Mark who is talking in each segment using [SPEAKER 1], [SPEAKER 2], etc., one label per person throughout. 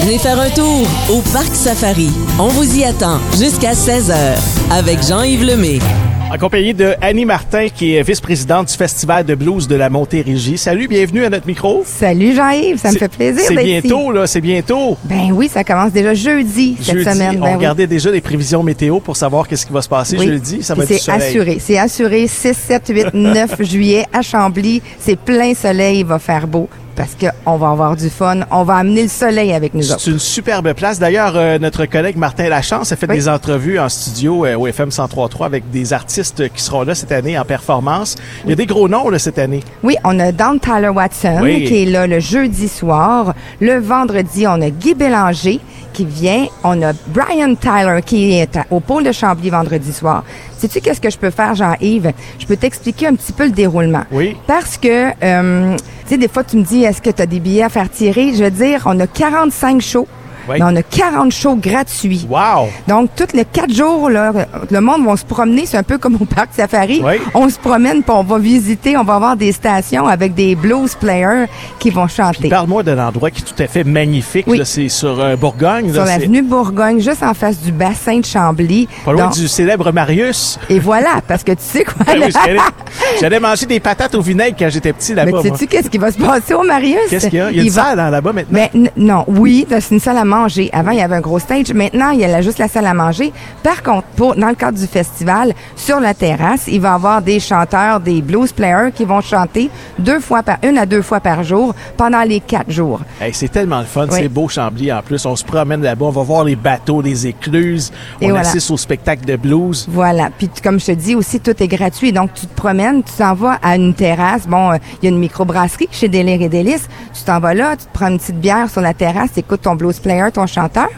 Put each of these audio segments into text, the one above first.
[SPEAKER 1] Venez faire un tour au Parc Safari. On vous y attend jusqu'à 16h avec Jean-Yves Lemay.
[SPEAKER 2] Accompagné de Annie Martin, qui est vice-présidente du Festival de blues de la Montérégie. Salut, bienvenue à notre micro.
[SPEAKER 3] Salut Jean-Yves, ça me fait plaisir
[SPEAKER 2] C'est
[SPEAKER 3] d'être ici.
[SPEAKER 2] bientôt, là, c'est bientôt.
[SPEAKER 3] Ben oui, ça commence déjà jeudi,
[SPEAKER 2] Jeudi,
[SPEAKER 3] cette semaine.
[SPEAKER 2] on
[SPEAKER 3] ben oui.
[SPEAKER 2] regardait déjà les prévisions météo pour savoir qu'est-ce qui va se passer
[SPEAKER 3] Oui.
[SPEAKER 2] jeudi. Ça
[SPEAKER 3] Puis
[SPEAKER 2] va être du
[SPEAKER 3] C'est
[SPEAKER 2] soleil.
[SPEAKER 3] assuré. C'est assuré 6, 7, 8, 9 juillet à Chambly. C'est plein soleil, il va faire beau parce qu'on va avoir du fun. On va amener le soleil avec nous autres.
[SPEAKER 2] C'est une superbe place. D'ailleurs, euh, notre collègue Martin Lachance a fait
[SPEAKER 3] Oui.
[SPEAKER 2] des entrevues en studio euh, au FM 103.3 avec des artistes qui seront là cette année en performance. Il y a des gros noms là, cette année.
[SPEAKER 3] Oui, on a Dan Tyler Watson
[SPEAKER 2] Oui.
[SPEAKER 3] qui est là le jeudi soir. Le vendredi, on a Guy Bélanger qui vient. On a Brian Tyler qui est à- au pôle de Chambly vendredi soir. Sais-tu qu'est-ce que je peux faire, Jean-Yves? Je peux t'expliquer un petit peu le déroulement.
[SPEAKER 2] Oui.
[SPEAKER 3] Parce que, euh, tu sais, des fois, tu me dis, est-ce que tu as des billets à faire tirer? Je veux dire, on a 45 shows,
[SPEAKER 2] Oui.
[SPEAKER 3] mais on a 40 shows gratuits.
[SPEAKER 2] Wow!
[SPEAKER 3] Donc, tous les quatre jours, là, le monde va se promener. C'est un peu comme au parc safari.
[SPEAKER 2] Oui.
[SPEAKER 3] On se promène, puis on va visiter. On va avoir des stations avec des blues players qui vont chanter.
[SPEAKER 2] Parle-moi d'un endroit qui est tout à fait magnifique.
[SPEAKER 3] Oui.
[SPEAKER 2] là, C'est sur euh, Bourgogne.
[SPEAKER 3] Sur
[SPEAKER 2] là, c'est
[SPEAKER 3] l'avenue Bourgogne, juste en face du bassin de Chambly.
[SPEAKER 2] Pas loin
[SPEAKER 3] Donc-
[SPEAKER 2] du célèbre Marius.
[SPEAKER 3] Et voilà, parce que tu sais quoi?
[SPEAKER 2] Ben oui,
[SPEAKER 3] là?
[SPEAKER 2] j'allais- J'allais manger des patates au vinaigre quand j'étais petit
[SPEAKER 3] Mais
[SPEAKER 2] là-bas. moi.
[SPEAKER 3] sais-tu qu'est-ce qui va se passer au Marius?
[SPEAKER 2] Qu'est-ce qu'il y a? Il y a une
[SPEAKER 3] va-
[SPEAKER 2] salle hein, là-bas maintenant.
[SPEAKER 3] Ben, n- non, oui, là, c'est une salle à manger. Avant, il y avait un gros stage. Maintenant, il y a là juste la salle à manger. Par contre, pour, dans le cadre du festival, sur la terrasse, il va y avoir des chanteurs, des blues players qui vont chanter deux fois par, une à deux fois par jour pendant les quatre jours.
[SPEAKER 2] Hey, c'est tellement le fun,
[SPEAKER 3] Oui.
[SPEAKER 2] c'est beau Chambly en plus. On se promène là-bas, on va voir les bateaux, les écluses,
[SPEAKER 3] Et
[SPEAKER 2] on
[SPEAKER 3] voilà.
[SPEAKER 2] assiste au spectacle de blues.
[SPEAKER 3] Voilà. Puis tu- comme je te dis aussi, tout est gratuit. Donc tu te promènes, tu t'en vas à une terrasse. Bon, euh, il y a une microbrasserie chez Délire et Délices. Tu t'en vas là, tu te prends une petite bière sur la terrasse, tu écoutes ton blues player, ton chanteur.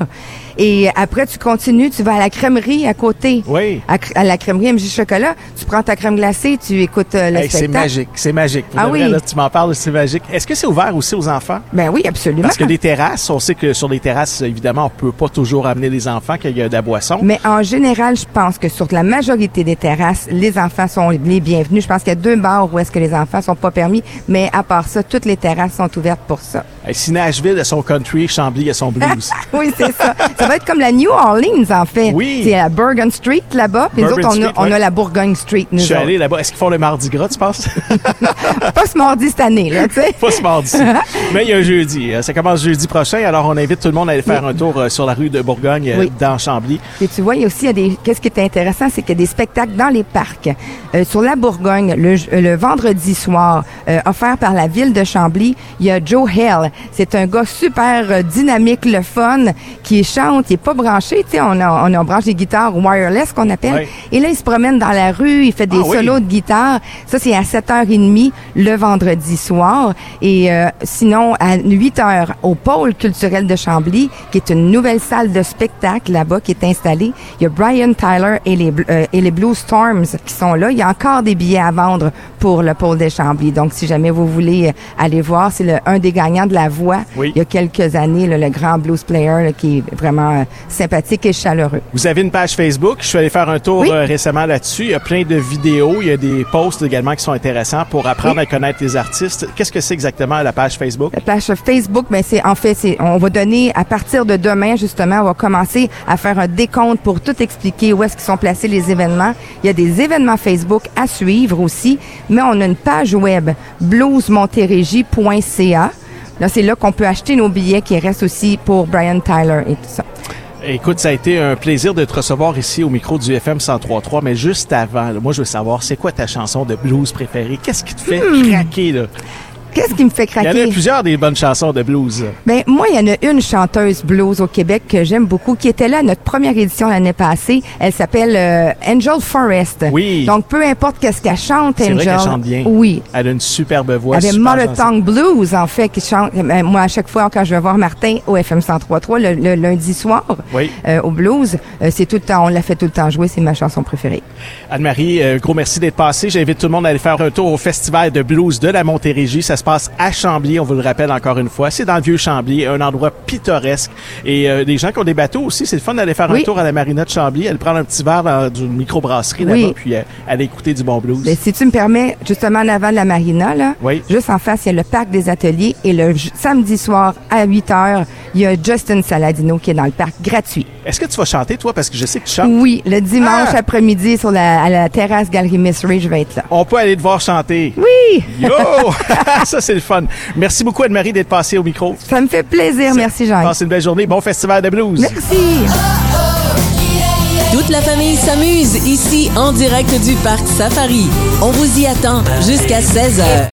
[SPEAKER 3] Et après, tu continues, tu vas à la crèmerie à côté.
[SPEAKER 2] Oui.
[SPEAKER 3] À, cr- à la crèmerie MJ Chocolat, tu prends ta crème glacée, tu écoutes euh, le
[SPEAKER 2] Hey, c'est
[SPEAKER 3] spectacle.
[SPEAKER 2] magique, c'est magique. Pour
[SPEAKER 3] Ah
[SPEAKER 2] de vrai,
[SPEAKER 3] oui.
[SPEAKER 2] là, tu m'en parles, c'est magique. Est-ce que c'est ouvert aussi aux enfants?
[SPEAKER 3] Ben oui, absolument.
[SPEAKER 2] Parce que les terrasses, on sait que sur les terrasses, évidemment, on peut pas toujours amener les enfants qu'il y a de la boisson.
[SPEAKER 3] Mais en général, je pense que sur la majorité des terrasses, les enfants sont les bienvenus. Je pense qu'il y a deux bars où est-ce que les enfants sont pas permis, mais à part ça, toutes les terrasses sont ouvertes pour ça.
[SPEAKER 2] Hey, si Nashville a son country, Chambly a son blues.
[SPEAKER 3] oui, c'est ça. Ça va être comme la New Orleans, en fait.
[SPEAKER 2] Oui.
[SPEAKER 3] C'est la Bergen Street, là-bas. Puis nous
[SPEAKER 2] Bergen
[SPEAKER 3] autres, on,
[SPEAKER 2] Street,
[SPEAKER 3] a, on
[SPEAKER 2] ouais.
[SPEAKER 3] a la Bourgogne Street, nous
[SPEAKER 2] Je suis
[SPEAKER 3] autres.
[SPEAKER 2] allé là-bas. Est-ce qu'ils font le mardi gras, tu penses?
[SPEAKER 3] Pas ce mardi cette année, là, tu sais.
[SPEAKER 2] pas ce mardi. Mais il y a un jeudi. Euh, Ça commence jeudi prochain. Alors, on invite tout le monde à aller faire un tour euh, sur la rue de Bourgogne euh,
[SPEAKER 3] Oui.
[SPEAKER 2] dans Chambly.
[SPEAKER 3] Et tu vois, il y a aussi il y a des. Qu'est-ce qui est intéressant, c'est qu'il y a des spectacles dans les parcs. Euh, sur la Bourgogne, le, j- euh, le vendredi soir, euh, offert par la ville de Chambly, il y a Joe Hell. C'est un gars super euh, dynamique, le fun, qui chante, il est pas branché. Tu sais, on, a- on, a- on branche des guitares wireless qu'on appelle.
[SPEAKER 2] Ouais.
[SPEAKER 3] Et là, il se promène dans la rue, il fait des
[SPEAKER 2] Ah oui.
[SPEAKER 3] solos de guitare. Ça, c'est à 7h30 le vendredi soir. Et euh, sinon, à 8h, au pôle culturel de Chambly, qui est une nouvelle salle de spectacle là-bas qui est installée, il y a Brian Tyler et les, Bl- euh, et les Blue Storms qui sont là. Il y a encore des billets à vendre pour le pôle de Chambly. Donc, si jamais vous voulez euh, aller voir, c'est le- un des gagnants de la voix.
[SPEAKER 2] Oui.
[SPEAKER 3] Il y a quelques années, là, le grand blues player là, qui est vraiment euh, sympathique et chaleureux.
[SPEAKER 2] Vous avez une page Facebook. Je suis allé faire un tour
[SPEAKER 3] Oui.
[SPEAKER 2] euh, récemment là-dessus. Il y a plein de vidéos. Il y a des posts également qui sont intéressants pour apprendre
[SPEAKER 3] Oui. Euh.
[SPEAKER 2] à connaître les artistes. Qu'est-ce que c'est exactement la page Facebook?
[SPEAKER 3] La page Facebook, mais c'est en fait, c'est on va donner à partir de demain justement, on va commencer à faire un décompte pour tout expliquer où est-ce qu'ils sont placés les événements. Il y a des événements Facebook à suivre aussi, mais on a une page web bluesmontérégie.ca. Là, c'est là qu'on peut acheter nos billets qui restent aussi pour Brian Tyler et tout ça.
[SPEAKER 2] Écoute, ça a été un plaisir de te recevoir ici au micro du FM 103.3, mais juste avant, là, moi, je veux savoir, c'est quoi ta chanson de blues préférée? Qu'est-ce qui te fait
[SPEAKER 3] Hmm.
[SPEAKER 2] craquer, là?
[SPEAKER 3] Qu'est-ce qui me fait
[SPEAKER 2] Il y
[SPEAKER 3] craquer?
[SPEAKER 2] en a plusieurs des bonnes chansons de blues.
[SPEAKER 3] Ben, moi, il y en a une chanteuse blues au Québec que j'aime beaucoup, qui était là à notre première édition l'année passée. Elle s'appelle euh, Angel Forrest.
[SPEAKER 2] Oui.
[SPEAKER 3] Donc, peu importe qu'est-ce qu'elle chante,
[SPEAKER 2] C'est
[SPEAKER 3] Angel.
[SPEAKER 2] vrai qu'elle chante bien.
[SPEAKER 3] Oui.
[SPEAKER 2] Elle a une superbe voix.
[SPEAKER 3] Elle avait
[SPEAKER 2] super gentille.
[SPEAKER 3] Molotong Blues, en fait, qui chante. Ben, moi, à chaque fois, quand je vais voir Martin au FM 103.3 le, le lundi soir,
[SPEAKER 2] Oui.
[SPEAKER 3] euh, au blues, euh, c'est tout le temps, on l'a fait tout le temps jouer, c'est ma chanson préférée.
[SPEAKER 2] Anne-Marie, euh, gros merci d'être passée. J'invite tout le monde à aller faire un tour au Festival de blues de la Montérégie. Ça se passe à Chambly, on vous le rappelle encore une fois. C'est dans le vieux Chambly, un endroit pittoresque. Et euh, des gens qui ont des bateaux aussi, c'est le fun d'aller faire un
[SPEAKER 3] Oui.
[SPEAKER 2] tour à la marina de Chambly, aller prendre un petit verre dans une microbrasserie
[SPEAKER 3] Oui.
[SPEAKER 2] là-bas, puis euh, aller écouter du bon blues.
[SPEAKER 3] Ben, si tu me permets, justement en avant de la marina, là,
[SPEAKER 2] Oui.
[SPEAKER 3] juste en face, il y a le parc des ateliers et le j- samedi soir à 8 heures, il y a Justin Saladino qui est dans le parc gratuit.
[SPEAKER 2] Est-ce que tu vas chanter, toi? Parce que je sais que tu chantes.
[SPEAKER 3] Oui, le dimanche
[SPEAKER 2] Ah!
[SPEAKER 3] après-midi sur la, à la terrasse Galerie Mystery, je vais être là.
[SPEAKER 2] On peut aller te voir chanter.
[SPEAKER 3] Oui!
[SPEAKER 2] Yo! Ça, c'est le fun. Merci beaucoup, Anne-Marie, d'être passée au micro.
[SPEAKER 3] Ça me fait plaisir. Merci, Jean.
[SPEAKER 2] Passe une belle journée. Bon festival de blues.
[SPEAKER 3] Merci.
[SPEAKER 1] Toute la famille s'amuse ici en direct du parc Safari. On vous y attend jusqu'à 16h.